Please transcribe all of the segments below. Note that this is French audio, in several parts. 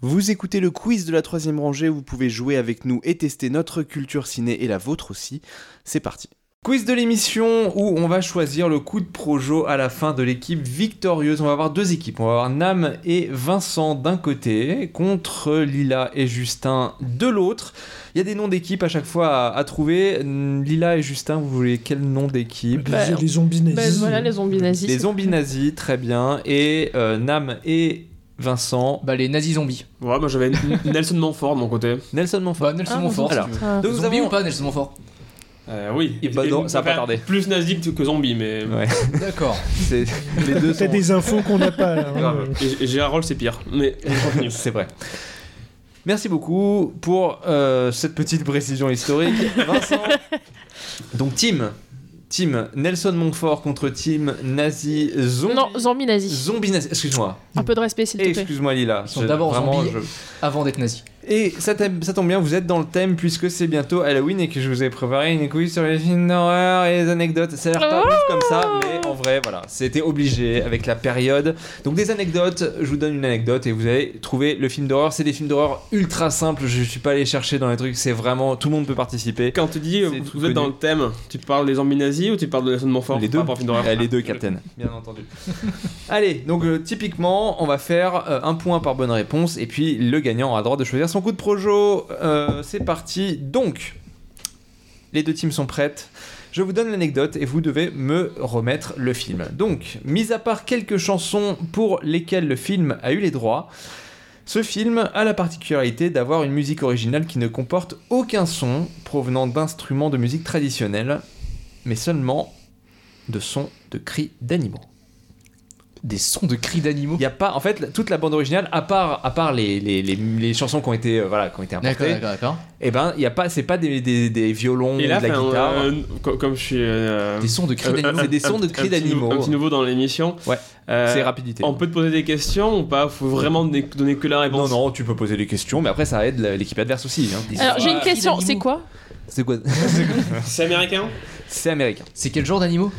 Vous écoutez le quiz de la troisième rangée, vous pouvez jouer avec nous et tester notre culture ciné et la vôtre aussi. C'est parti. Quiz de l'émission où on va choisir le coup de projo à la fin de l'équipe victorieuse. On va avoir deux équipes. On va avoir Nam et Vincent d'un côté contre Lila et Justin de l'autre. Il y a des noms d'équipes à chaque fois à, à trouver. Lila et Justin, vous voulez quel nom d'équipe les, les zombies Ben, nazis. Bah, voilà les zombies nazis. Les zombies nazis, très bien. Et euh, Nam et Vincent, Bah, les nazis zombies. Ouais, moi j'avais N- Nelson Manford de mon côté. Nelson Monfort. Bah, Nelson Ah, Montfort. bonjour. Alors. Ah. Donc nous Zombie avons- ou pas, Nelson Montfort Euh, oui. Et bah non, ça va pas tarder. Plus nazi que, que zombie, mais. Ouais. D'accord. C'est- les deux T'as sont... des infos qu'on n'a pas. là, hein. Grave. Et, et Gérard c'est pire. Mais on continue. C'est vrai. Merci beaucoup pour euh, cette petite précision historique. Vincent. Donc team. Team Nelson Montfort contre team Nazi Zombie. Non, zombies nazis. Zombie Nazi. Excuse-moi. Un peu de respect s'il te plaît. Excuse-moi Lila. Ils sont Je- d'abord vraiment, zombies. je- Avant d'être nazi. Et ça, t'aime- ça tombe bien, vous êtes dans le thème puisque c'est bientôt Halloween et que je vous ai préparé une quiz sur les films d'horreur et les anecdotes. Ça a l'air pas ouf comme ça, mais en vrai, voilà, c'était obligé avec la période. Donc des anecdotes, je vous donne une anecdote et vous allez trouver le film d'horreur. C'est des films d'horreur ultra simples, je suis pas allé chercher dans les trucs, c'est vraiment, tout le monde peut participer. Quand tu dis C'est euh, tout vous connu. êtes dans le thème, tu parles des zombies nazis ou tu parles de Nelson Manfort Les deux. par rapport au Ah, film d'horreur Euh, les deux, Captain. Bien entendu. Allez, donc euh, typiquement, on va faire euh, un point par bonne réponse et puis le gagnant aura le droit de choisir son coup de projo. Euh, c'est parti. Donc, les deux teams sont prêtes. Je vous donne l'anecdote et vous devez me remettre le film. Donc, mis à part quelques chansons pour lesquelles le film a eu les droits, ce film a la particularité d'avoir une musique originale qui ne comporte aucun son provenant d'instruments de musique traditionnelle, mais seulement de sons de cris d'animaux. Des sons de cris d'animaux. Il y a pas, en fait, la- toute la bande originale, à part, à part les, les, les, les chansons qui ont été, euh, voilà, qui ont été D'accord, importées, d'accord, d'accord. et ben, il y a pas, c'est pas des, des, des violons, Et là, de la enfin, guitare. euh, co- comme je suis. euh, Des sons de cris euh, d'animaux. un- c'est des un- sons de un cris petit nou- d'animaux. Un petit nouveau dans l'émission. Ouais. Euh, c'est rapidité. On peut te poser des questions ou pas Faut vraiment donner- donner que la Non, réponse. non, tu peux poser des questions, mais après, ça aide la- l'équipe adverse aussi. hein. Des- Alors j'ai une Ouais. question, Cris c'est d'animaux. quoi C'est quoi C'est américain C'est américain. C'est quel genre d'animaux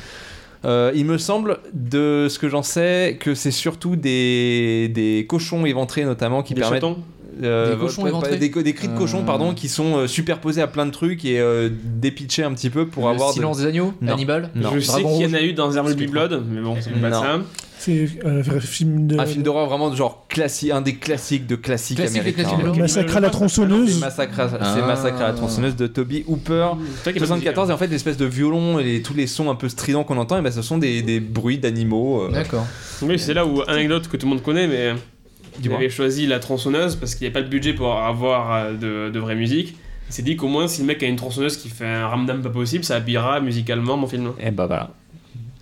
Euh, il me semble, de ce que j'en sais, que c'est surtout des, des cochons éventrés notamment qui Des permettent. chatons Euh, Des cochons pas- pas- éventrés des, co- des cris de Euh. cochons, pardon, qui sont euh, superposés à plein de trucs et euh, dépitchés un petit peu pour Le avoir. de- Silence des agneaux Non. Hannibal Non. Je sais Dragon qu'il y en a rouge. eu dans Herbal Speed Blood, mais bon, c'est pas Non. ça. C'est un vrai film de. Un film d'horreur vraiment de genre classique, un des classiques de classiques Classique des américains. classiques. Massacre à la C'est tronçonneuse. Massacre, à- Ah. c'est Massacre à la tronçonneuse de Toby Hooper. C'est toi qui as pas dit, euh, 74 et en fait l'espèce de violon et tous les sons un peu stridents qu'on entend, et ben ce sont des, des bruits d'animaux. euh, D'accord. hein. Oui, c'est là où anecdote que tout le monde connaît, mais du il moins. avait choisi la tronçonneuse parce qu'il n'y a pas de budget pour avoir euh, de, de vraie musique. Il s'est dit qu'au moins, si le mec a une tronçonneuse qui fait un ramdam pas possible, ça habillera musicalement mon film. Et bah voilà.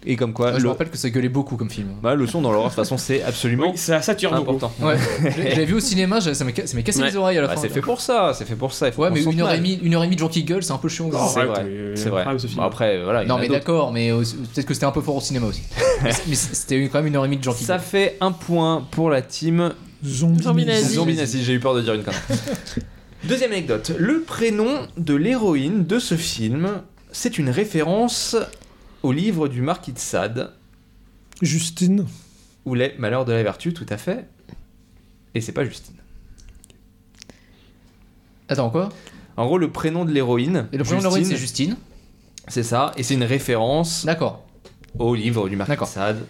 Et comme quoi, Ah, Je me le, rappelle que ça gueulait beaucoup comme film. bah, le son dans l'horreur de toute façon c'est absolument Oui, ça sature beaucoup. important. Ouais. J'avais vu au cinéma, j'ai- ça m'a ca- ça m'a cassé Ouais. les oreilles à la Bah, fin. c'est fait pour ça, c'est fait pour ça. il faut Ouais, qu'on mais sente une heure, et mal. demie, Ah, une heure et demie de gens qui gueulent, c'est un peu chiant. aussi. Oh, C'est ouais, vrai, mais- c'est vrai. incroyable, ce film. Bon, après, voilà. il y en non, a mais d'autres. d'accord, mais euh, peut-être que c'était un peu fort au cinéma aussi. mais c'est- mais c'était quand même une heure et demie de gens qui Ça fait un point pour la team Zombies. Zombies nazis. Zombie nazi, j'ai eu peur de dire une connerie. Deuxième anecdote. Le prénom de l'héroïne de ce film, c'est une référence au livre du marquis de Sade, Justine. ou les malheurs de la vertu, tout à fait. Et c'est pas Justine. Attends, quoi En gros, le prénom de l'héroïne, Et le prénom de l'héroïne, c'est Justine. c'est ça, et c'est une référence D'accord. au livre du marquis de D'accord. Sade.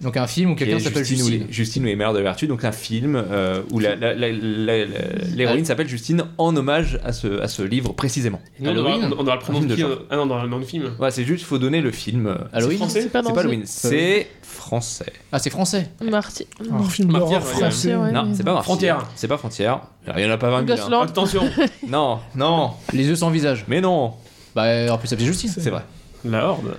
Donc un film où qui quelqu'un est s'appelle Justine, Justine. Ou les, Justine ou les malheurs de la vertu, donc un film euh, où la- la- la- la- la- Ah. l'héroïne s'appelle Justine en hommage à ce, à ce livre précisément. Non, on aura- Halloween on aura le prénom Un film de de qui, genre. euh, Ah non, dans le nom du film. Voilà, c'est juste, il faut donner le film. euh, Halloween français C'est pas C'est dans pas The Halloween, c'est français. Ah, c'est français. Marty. Ah. Un film Martyr, d'horreur ouais. français. Martyr, ouais. Non, c'est pas Marseille. Frontière. C'est pas Frontière. Alors, il y en a pas 20 000. hein. Gosland. Attention Non, non, Les yeux sans visage. mais non. Bah, en plus, ça fait Justine. C'est vrai. La Horde.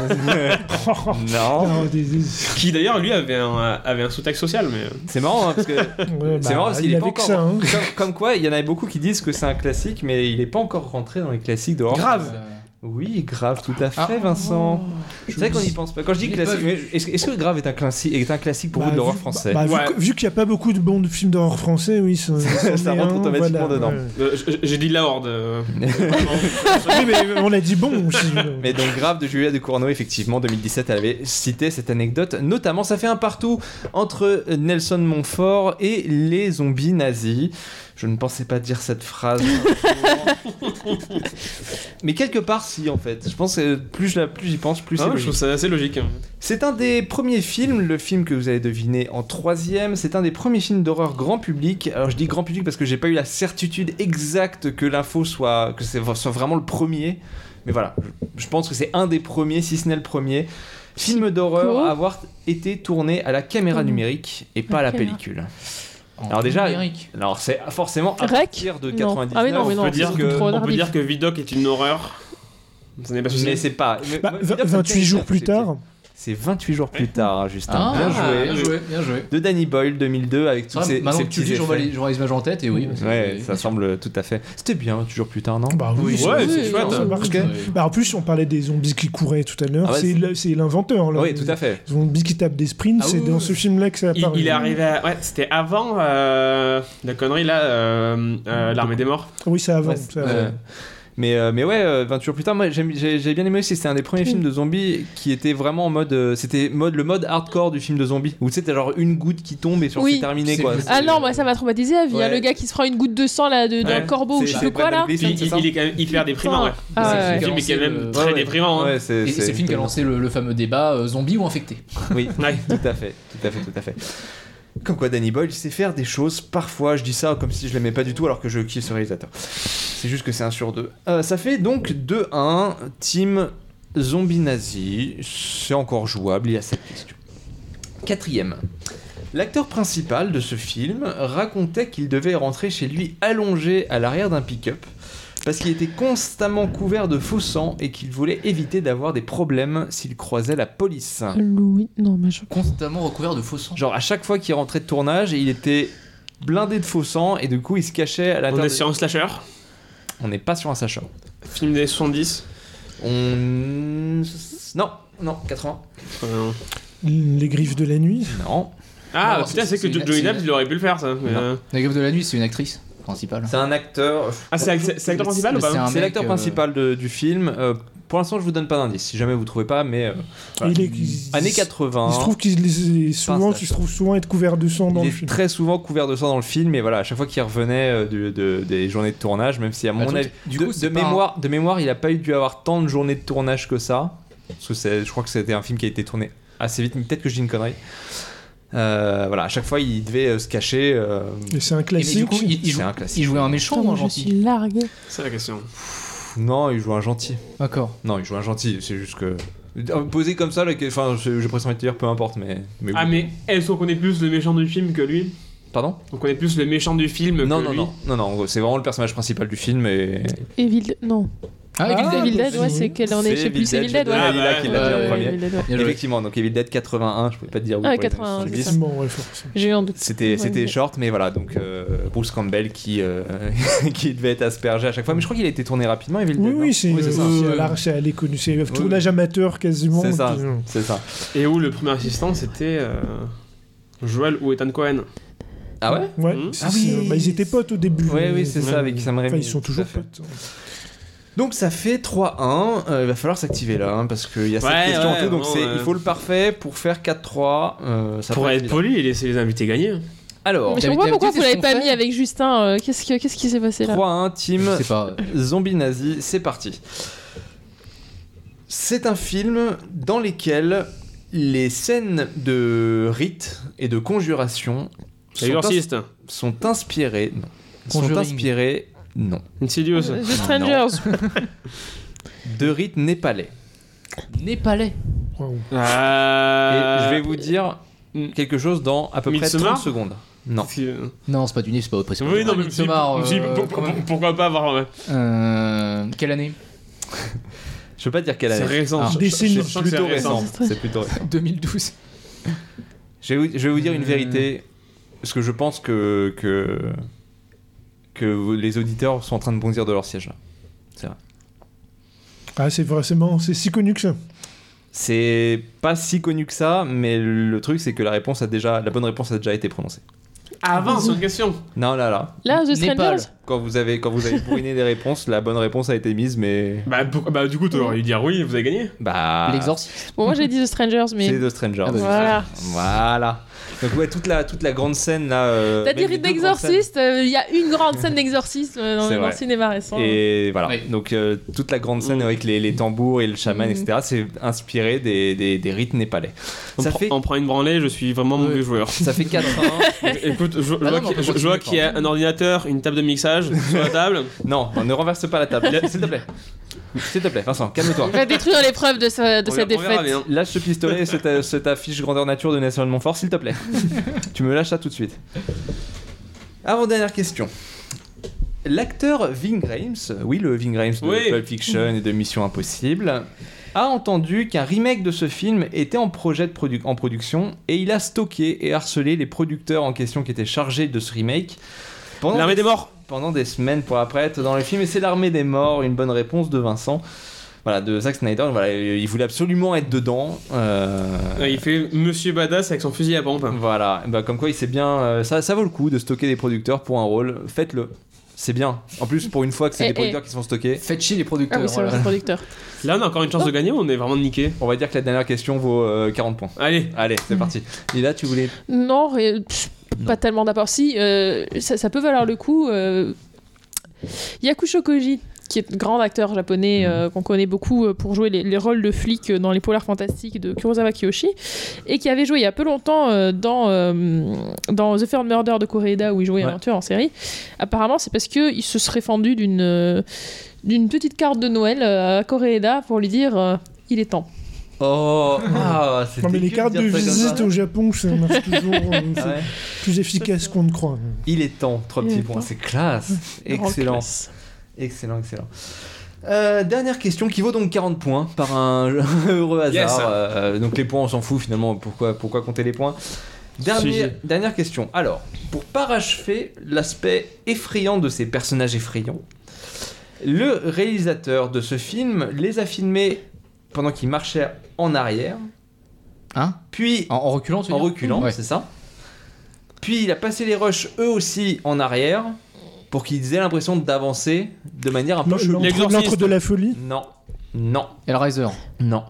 Non. Non, Oh, des- des- Qui d'ailleurs, lui, avait un, euh, avait un sous-texte social, mais. euh, C'est marrant, hein, parce que Ouais, c'est bah, marrant parce qu'il il est pas avait que encore. ça, hein. comme, comme quoi, il y en a beaucoup qui disent que c'est un classique, mais il est pas encore rentré dans les classiques de horreur. euh, Grave Oui, Grave, tout à fait, Ah. Vincent. Je C'est vrai me qu'on n'y dis- pense pas. Quand je dis Je l'ai pas classique, est-ce est-ce que Grave est un, classi- est un classique pour Bah, vous de l'horreur vu- français bah, vu Ouais. que- vu qu'il n'y a pas beaucoup de bons de films d'horreur français, oui, ça, Ça c'en est rentre un, automatiquement voilà, dedans. ouais. Euh, j- J'ai dit la horde. euh, Oui, mais on a dit bon aussi. Mais donc grave de Julia de Cournot, effectivement, 2017, elle avait cité cette anecdote. Notamment, ça fait un partout entre Nelson Montfort et les zombies nazis. Je ne pensais pas dire cette phrase. Mais quelque part, si, en fait. Je pense que plus, je la- plus j'y pense, Ah, plus c'est non, Ah, je logique. trouve ça assez logique. C'est un des premiers films, le film que vous allez deviner en troisième, c'est un des premiers films d'horreur grand public. Alors je dis grand public parce que j'ai pas eu la certitude exacte que l'info soit, que c'est soit vraiment le premier. Mais voilà, je, je pense que c'est un des premiers, si ce n'est le premier, film d'horreur Quoi à avoir été tourné à la caméra Comment numérique et pas à la Ok. pellicule. Alors déjà, alors c'est forcément à Rec partir de Non. 99. Ah oui, non, mais on peut, c'est dire que, beaucoup trop on peut tardif. dire que Vidocq est une horreur. Ça n'est pas mais souci. c'est pas. mais- Bah, mais- v- 28 jours plus c'est- tard, C'est 28 jours plus tard, hein, Justin. Ah, Bien joué. Bien joué, bien joué. de Danny Boyle 2002 avec C'est tous vrai, ces, Ah, maintenant ces que petits tu le dis, je effets. revois les images en tête et oui. bah, c'est- Ouais, ça bien sûr. semble tout à fait. C'était bien, toujours plus tard, non bah oui, Oui, ça- ouais, c'est oui, chouette. ça oui. marche. Oui. Bah, en plus, on parlait des zombies qui couraient tout à l'heure. Ah ouais, c'est c'est- le- c'est l'inventeur. là. Oui, tout à fait. Les Zombies qui tapent des sprints, Ah c'est oui, dans oui, ce film-là que ça Il, apparaît. il est arrivé à... Ouais, c'était avant euh, la connerie là, euh, euh, l'armée des morts. Oui, c'est avant. Ouais, ça. euh, mais, euh, mais ouais, euh, 28 jours plus tard, moi j'aime- j'ai j'ai bien aimé aussi. C'était un des premiers films de zombies qui était vraiment en mode. euh, C'était mode, le mode hardcore du film de zombies. Où tu sais, t'as genre une goutte qui tombe et sur Oui. c'est terminé C'est- quoi. c'est- Ah non, moi ça m'a traumatisé la vie. hein. Ouais. Le gars qui se prend une goutte de sang là de- d'un Ouais. corbeau ou C'est- je c'est sais quoi là. Brendan Gleeson, Il, c'est ça il est quand même hyper déprimant. Ouais. Ah C'est- ouais. Le film est quand même Ouais, très ouais. déprimant. hein. Ouais, c'est Et c'est le film qui a lancé le, le fameux débat euh, zombie ou infecté. Oui, Ouais. tout à fait, tout à fait, tout à fait. Comme quoi, Danny Boyle sait faire des choses. Parfois, je dis ça comme si je l'aimais pas du tout, alors que je kiffe ce réalisateur. C'est juste que c'est un sur deux. Euh, ça fait donc 2-1, team zombie nazi. C'est encore jouable, il y a cette question. Quatrième. L'acteur principal de ce film racontait qu'il devait rentrer chez lui allongé à l'arrière d'un pick-up parce qu'il était constamment couvert de faux sang et qu'il voulait éviter d'avoir des problèmes s'il croisait la police. Louis, non mais je. Constamment recouvert de faux sang. Genre à chaque fois qu'il rentrait de tournage, il était blindé de faux sang et du coup il se cachait à la On est sur un slasher, On n'est pas sur un Sacha. film des 70. On non non 80 Euh, Les griffes de la nuit. Ah, non Ah, Non, putain, c'est- c'est que c'est une- Johnny c'est Depp, une- il aurait pu le faire ça. mais, Non. euh. La grève de la nuit, c'est une actrice principale. c'est un acteur. euh, Ah, c'est l'ac- c'est l'acteur principal ou Mais pas hein un C'est mec, l'acteur euh, principal de- du film. Euh, pour l'instant je vous donne pas d'indice si jamais vous trouvez pas mais euh, voilà. Il est- il- Mmh. années Il se 80. trouve qu'il est souvent, Pince, il se trouve souvent être couvert de sang dans Il le est film. très souvent couvert de sang dans le film, et voilà, à chaque fois qu'il revenait euh, du- de- des journées de tournage, même si à mon Attends, avis, bah, du de, coup, c'est de pas un- mémoire, de mémoire, il a pas eu dû avoir tant de journées de tournage que ça. Parce que c'est- je crois que c'était un film qui a été tourné assez vite, mais peut-être que je dis une connerie. Euh, voilà, à chaque fois, il devait euh, se cacher. euh, Et c'est un Et mais du classique. coup, il, il C'est joue- un classique. il jouait un méchant hein, ou un je gentil suis largué. C'est la question. Non, il joue un gentil. D'accord. Non, il joue un gentil. C'est juste que Euh, posé comme ça, là, que- enfin, je- j'ai presque envie de te dire, peu importe, mais. mais Ah, oui. mais est-ce qu'on connaît plus le méchant du film que lui Pardon On connaît plus le méchant du film Non, que non, lui non, non, non. en gros, C'est vraiment le personnage principal du film et. Evil, non. Ah, avec Ah, Evil Evil Dead. Dead, ouais, c'est- c'est quelle année Je sais plus, c'est Evil Dead, de ouais. Dalila qui Ah, l'a dit Ouais, en ouais, premier. ouais. Evil Dead, ouais. Bien joué. Effectivement, donc Evil Dead 81, je pouvais pas te dire où. pour les Ah, années 81, 70. Effectivement, ouais, forcément. J'ai eu un doute. C'était, c'était Ouais. short, mais voilà, donc euh, Bruce Campbell qui, euh, qui devait être aspergé à chaque fois. Mais je crois qu'il a été tourné rapidement, Evil Oui, Dead. non oui, c'est c'est ça. euh, c'est Ouais, à la- ouais. c'est à les connus. C'est un tournage amateur quasiment. C'est ça. puis, euh, C'est ça. Et où le premier assistant c'était euh, Joel ou Ethan Cohen Ah ouais Ouais, Mhm. c'est- Ah oui. c'est- bah, ils étaient potes au début. Oui, mais- oui, c'est ça, avec Sam Raimi. Enfin, ils sont tout toujours à fait. potes. hein. Donc ça fait 3-1. euh, il va falloir s'activer là, hein, parce qu'il y a cette Ouais, question en ouais, tout. Donc bon, c'est, ouais. il faut le parfait pour faire 4-3. euh, ça Pour pourrait être poli et laisser les invités gagner. Alors, Mais je comprends pas D'habitude, pourquoi c'est vous ce l'avez qu'on pas fait. mis avec Justin. euh, Qu'est-ce que- qu'est-ce qui s'est passé là 3-1, team Je sais pas. euh, Zombie nazi, c'est parti. C'est un film dans lequel les scènes de rite et de conjuration sont, Salut ins- l'artiste sont inspirées. non. Sont Conjuring. inspirées. Non. Insidious The Strangers. De rites népalais. Népalais. Waouh. Et Euh, je vais vous dire mm. quelque chose dans à peu près Midsommar 30 secondes. Non. Si- euh, Non, c'est pas du nez, c'est pas oppressé. Oui, non, mais si- Midsommar, si- euh, pour- quand même. pour- pourquoi pas avoir. ouais. Euh, Quelle année Je peux pas dire quelle C'est année. récent. Ah. Je- je- Décennie. je- je C'est sens que plutôt c'est récent. récent. C'est plutôt récent. 2012. Je vais vous, je vais vous dire une Euh. vérité, parce que je pense que, que, que vous- les auditeurs sont en train de bondir de leur siège là. C'est vrai. Ah, c'est forcément, c'est si connu que ça. C'est pas si connu que ça, mais le truc c'est que la réponse a déjà, la bonne réponse a déjà été prononcée. Avant sur une question. Non là là, Là, The Népal. Strangers quand vous avez quand vous avez bourriné les réponses, la bonne réponse a été mise, mais Bah, pour- bah, du coup, tu aurais dû dire oui, vous avez gagné. bah Ah. L'exorciste. Bon, moi j'ai dit The Strangers, mais. c'est The Stranger. Ah bah, Voilà. Voilà. Donc ouais, toute la toute la grande scène là. euh, T'as même dit les Rip deux grandes scènes. d'exorciste, euh, il y a une grande scène d'exorcisme euh, dans C'est le dans le vrai. cinéma récent. Et voilà, Oui. donc euh, toute la grande scène avec les, les tambours et le chaman, Mm. etc., c'est inspiré des, des, des rites népalais. On, Ça prend- fait, on prend une branlée, je suis vraiment Ouais. mauvais joueur. ça fait 4 hein. ans. Écoute, je, je non, vois mais on qu'il- peut je- je continuer, vois qu'il y a un ordinateur, une table de mixage sur la table. Non, on ne renverse pas la table, s'il te plaît. S'il te plaît, Vincent, calme-toi. Il va détruire les preuves de sa, de On sa verra- on verra défaite. bien. Lâche ce pistolet et cette, euh, cette affiche grandeur nature de Nelson Montfort, s'il te plaît. tu me lâches ça tout de suite. Avant-dernière question. L'acteur Ving Rhames, oui, le Ving Rhames de Oui. Pulp Fiction et de Mission Impossible, a entendu qu'un remake de ce film était en projet de produ- en production et il a stocké et harcelé les producteurs en question qui étaient chargés de ce remake pendant L'armée des morts. pendant des semaines pour après être dans le film et c'est l'armée des morts une bonne réponse de Vincent voilà de Zack Snyder voilà il voulait absolument être dedans euh, Ouais, Il fait Monsieur Badass avec son fusil à pompe. voilà bah, comme quoi il sait bien euh, ça ça vaut le coup de stocker des producteurs pour un rôle faites-le c'est bien en plus pour une fois que c'est Eh, des producteurs qui sont stockés Faites chier les Ah producteurs. oui, c'est voilà. vrai, c'est producteur. Là, on a encore une chance de gagner ou on est vraiment niqué on va dire que la dernière question vaut euh, 40 points Allez, allez Mm. c'est parti et là tu voulais Non, ré- pff, pas tellement d'apport. Si, euh, ça, ça peut valoir le coup. euh, Yakusho Koji, qui est grand acteur japonais Mm. euh, qu'on connaît beaucoup euh, pour jouer les, les rôles de flics euh, dans les polars fantastiques de Kurosawa Kiyoshi, et qui avait joué il y a peu longtemps euh, dans, euh, dans The Fair Murder de Koreeda où il jouait Ouais. un tueur en série. Apparemment, c'est parce que il se serait fendu d'une euh, d'une petite carte de Noël euh, à Koreeda pour lui dire euh, il est temps. oh ah c'est Non, mais les dégueu cartes de dire ça comme ça. visite au Japon, ça marche toujours. euh, Ah c'est ouais. Plus efficace qu'on ne croit. il est temps trois Il petits est points temps. Oh, c'est classe Grande excellent classe. Excellent, excellent. Euh, dernière question qui vaut donc 40 points par un heureux hasard. Yes. Euh, donc les points, on s'en fout finalement. Pourquoi, pourquoi compter les points Dernier- Dernière question. Alors, pour parachever l'aspect effrayant de ces personnages effrayants, le réalisateur de ce film les a filmés pendant qu'ils marchaient en arrière, Hein puis en, en reculant, tu en veux dire reculant, Ouais. c'est ça. Puis il a passé les rushs eux aussi en arrière pour qu'ils aient l'impression d'avancer de manière un peu L'en- chelou. L'encre L'exorciste. l'encre de la folie. Non, non, Hellraiser. non,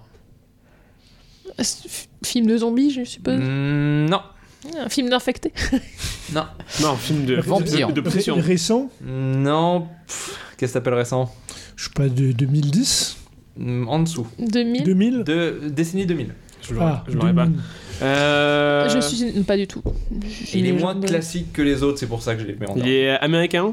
F- Film de zombies, je suppose. Mm, non, Un film d'infecté. non, film de, Vampire. de, de possession. Ré- Récent, non. Pff, Qu'est-ce que t'appelles récent je sais pas, de 2010, Mm, En dessous. 2000. 2000. De décennie 2000. Je l'aurais- Ah, je l'aurais pas. 2000. Euh, Je suis une- pas du tout. Je- Il est je- moins je- classique que les autres, c'est pour ça que je l'ai mis en Il dernier. est américain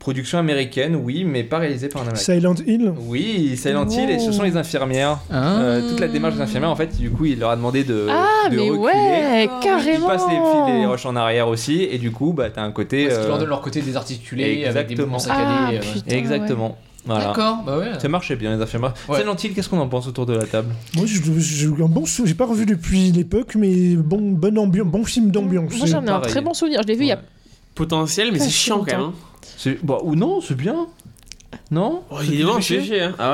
Production américaine, oui, mais pas réalisé par un américain. Silent Hill. Oui, Silent Hill, Oh. et ce sont les infirmières. Hein Euh, toute la démarche des infirmières, en fait, du coup, il leur a demandé de, Ah, de mais reculer. ouais, Ils carrément. passent les fils et les roches en arrière aussi, et du coup, bah, t'as un côté. Parce qu'ils euh, leur donnent leur côté désarticulé avec des exactement. mouvements Ah, saccadés. euh, ouais. putain, ouais. Exactement. Voilà. D'accord, bah ouais. Ça marchait bien, les infirmières. Ouais. Silent Hill, qu'est-ce qu'on en pense autour de la table Moi, je- je- j'ai eu un bon sou- j'ai pas revu depuis l'époque, mais bon, bonne ambiance, bon film d'ambiance. Moi j'en ai un pareil. très bon souvenir. Je l'ai vu il y a. potentiel, mais Ça, c'est c'est chiant quand même. hein. C'est- bah, ou non, c'est bien. Non Oh, il est vraiment chier. hein. Ah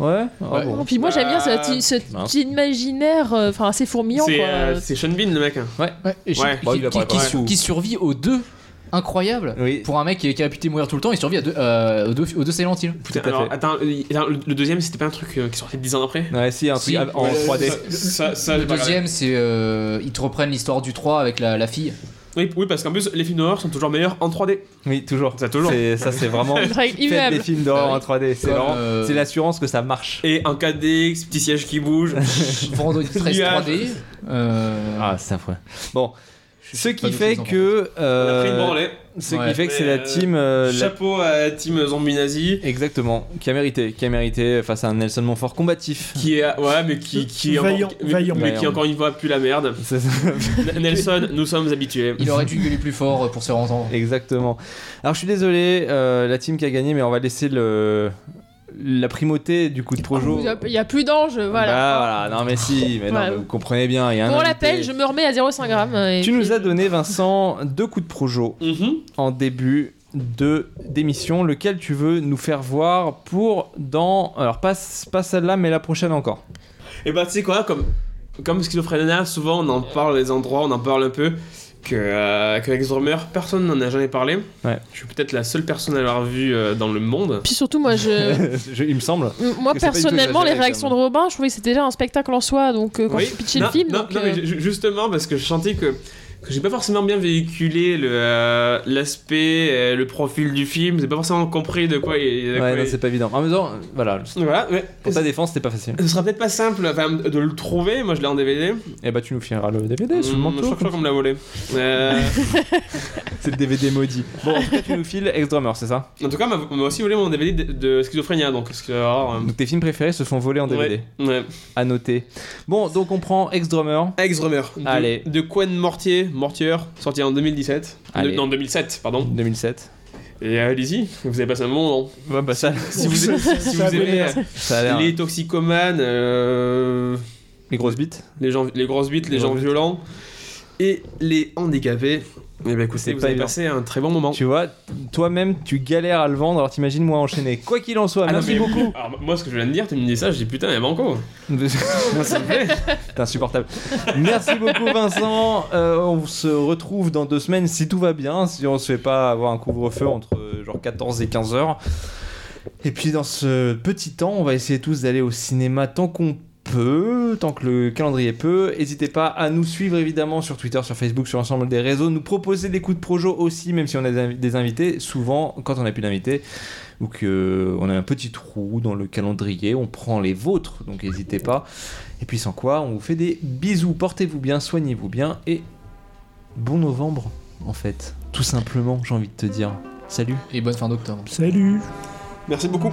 ouais. Ouais. Ah Ouais. bon. Oh, puis moi j'aime bien Ah, ce, ce mince. petit imaginaire, euh, enfin assez fourmillant C'est quoi. euh, c'est Sean Bean le mec. Ouais, et je- Ouais. qui- Bah, il a qui- pas- qui- ouais. qui- qui survit aux deux. Incroyable. Oui. Euh, Pour un mec qui est, qui est réputé mourir tout le temps, il survit à deux, euh, aux, deux, aux deux Silent Hill. Putain, Tout à alors fait. attends, euh, attends, le le deuxième c'était pas un truc euh, qui sortait 10 ans après Ouais, si, un truc Si. en 3D. Ça, ça, Le j'ai pas regardé. deuxième, c'est. euh, ils te reprennent l'histoire du 3 avec la, la fille. Oui, oui, parce qu'en plus, les films d'horreur sont toujours meilleurs en 3D. Oui, toujours. Ça, toujours. C'est- Ça, c'est vraiment. Drague Faites des immeuble. films d'horreur Ah en oui. 3D. C'est Comme, vraiment- euh, c'est l'assurance que ça marche. Et en 4DX, petit siège qui bouge. Vendredi 13 Nuage. 3D. euh, Ah, c'est affreux. Bon. Ce pas qui du tout fait les enfants. que. On euh, a pris une branlée. ce qui Ouais. fait que c'est Mais, la euh, team. euh, la- Chapeau à team zombie nazi. Exactement, qui a mérité, qui a mérité euh, face à un Nelson Montfort combatif. Qui est, ouais, mais qui, qui est Vaillant, encore, mais- vaillant. mais qui Vaillant. encore une fois pue la merde. C'est ça. N- Nelson, nous sommes habitués. Il aurait dû gueuler plus fort pour se faire entendre. Exactement. Alors je suis désolé, euh, la team qui a gagné, mais on va laisser le la primauté du Ah, coup de Projo. Il y a plus d'ange, Bah, voilà. voilà. Non mais si, mais non, hein. Ouais. mais vous comprenez bien. il Y a un Pour invité. l'appel, je me remets à 0,5 grammes. euh, Tu nous as donné Vincent deux coups de Projo Mhm. en début de d'émission, lequel tu veux nous faire voir pour dans alors pas pas celle-là mais la prochaine encore. Et bah, tu sais quoi, comme, comme Schizophrénia, souvent on en parle des endroits, on en parle un peu. Que, euh, que Alex Drummer, personne n'en a jamais parlé. Ouais. Je suis peut-être la seule personne à l'avoir vu euh, dans le monde. Puis surtout, moi, je, Je- il me semble. M- Moi Parce que c'est pas du tout personnellement, les exagéré, réactions de Robin, je trouvais que c'était déjà un spectacle en soi. Donc euh, quand Oui. je pitchais non, le film, non, donc, non, mais euh, ju- ju- justement parce que je sentais que que j'ai pas forcément bien véhiculé le euh, l'aspect, euh, le profil du film. J'ai pas forcément compris de quoi il. de quoi Ouais, non, il- c'est pas évident. En même temps, voilà, Voilà. ouais. pour ta défense, c'était pas facile. Ce sera peut-être pas simple enfin, de le trouver. Moi, je l'ai en DVD. Et bah, tu nous fileras le DVD sous le Hum, je manteau. crois- je crois qu'on me l'a volé. Euh, C'est le DVD maudit. Bon, en tout cas, tu nous files Ex-Drummer, c'est ça en tout cas, on m'a- on m'a aussi volé mon DVD de, de Schizophrénia. Donc, parce que, alors, euh, Donc, tes films préférés se sont volés en DVD. ouais, ouais. À noter. Bon, donc on prend Ex-Drummer. Ex-Drummer. De, Allez. De Quen Mortier, Mortier, sorti en 2017. De- Allez. non, 2007, pardon. 2007. Et euh, allez-y, vous avez passé un bon moment. Ouais, bah ça, Si vous, aimez- si vous Ça avait aimez l'air. ça a euh, l'air. les Les... toxicomanes, euh, grosses bites. les, gens, les grosses bites, les, Les gens grosses bites. violents et les handicapés, eh ben écoutez, C'est vous pas avez évident. passé un très bon moment. Tu vois, toi-même, tu galères à le vendre, alors t'imagines moi enchaîner. Quoi qu'il en soit, Ah non, merci mais- beaucoup. Alors, moi, ce que je viens de dire, tu me dis ça, je dis putain, mais banco. T'es insupportable. Merci beaucoup Vincent. Euh, on se retrouve dans deux semaines si tout va bien, si on se fait pas avoir un couvre-feu entre euh, genre 14 et 15 heures. Et puis dans ce petit temps, on va essayer tous d'aller au cinéma tant qu'on peut, tant que le calendrier peut. N'hésitez pas à nous suivre évidemment sur Twitter, sur Facebook, sur l'ensemble des réseaux. Nous proposer des coups de projo aussi, même si on a des invi- des invités. Souvent, quand on n'a plus d'invités, ou que euh, on a un petit trou dans le calendrier, on prend les vôtres, donc n'hésitez pas. Et puis sans quoi, on vous fait des bisous, portez-vous bien, soignez-vous bien et bon novembre en fait, tout simplement, j'ai envie de te dire. Salut. Et bonne fin d'octobre. Salut Merci beaucoup.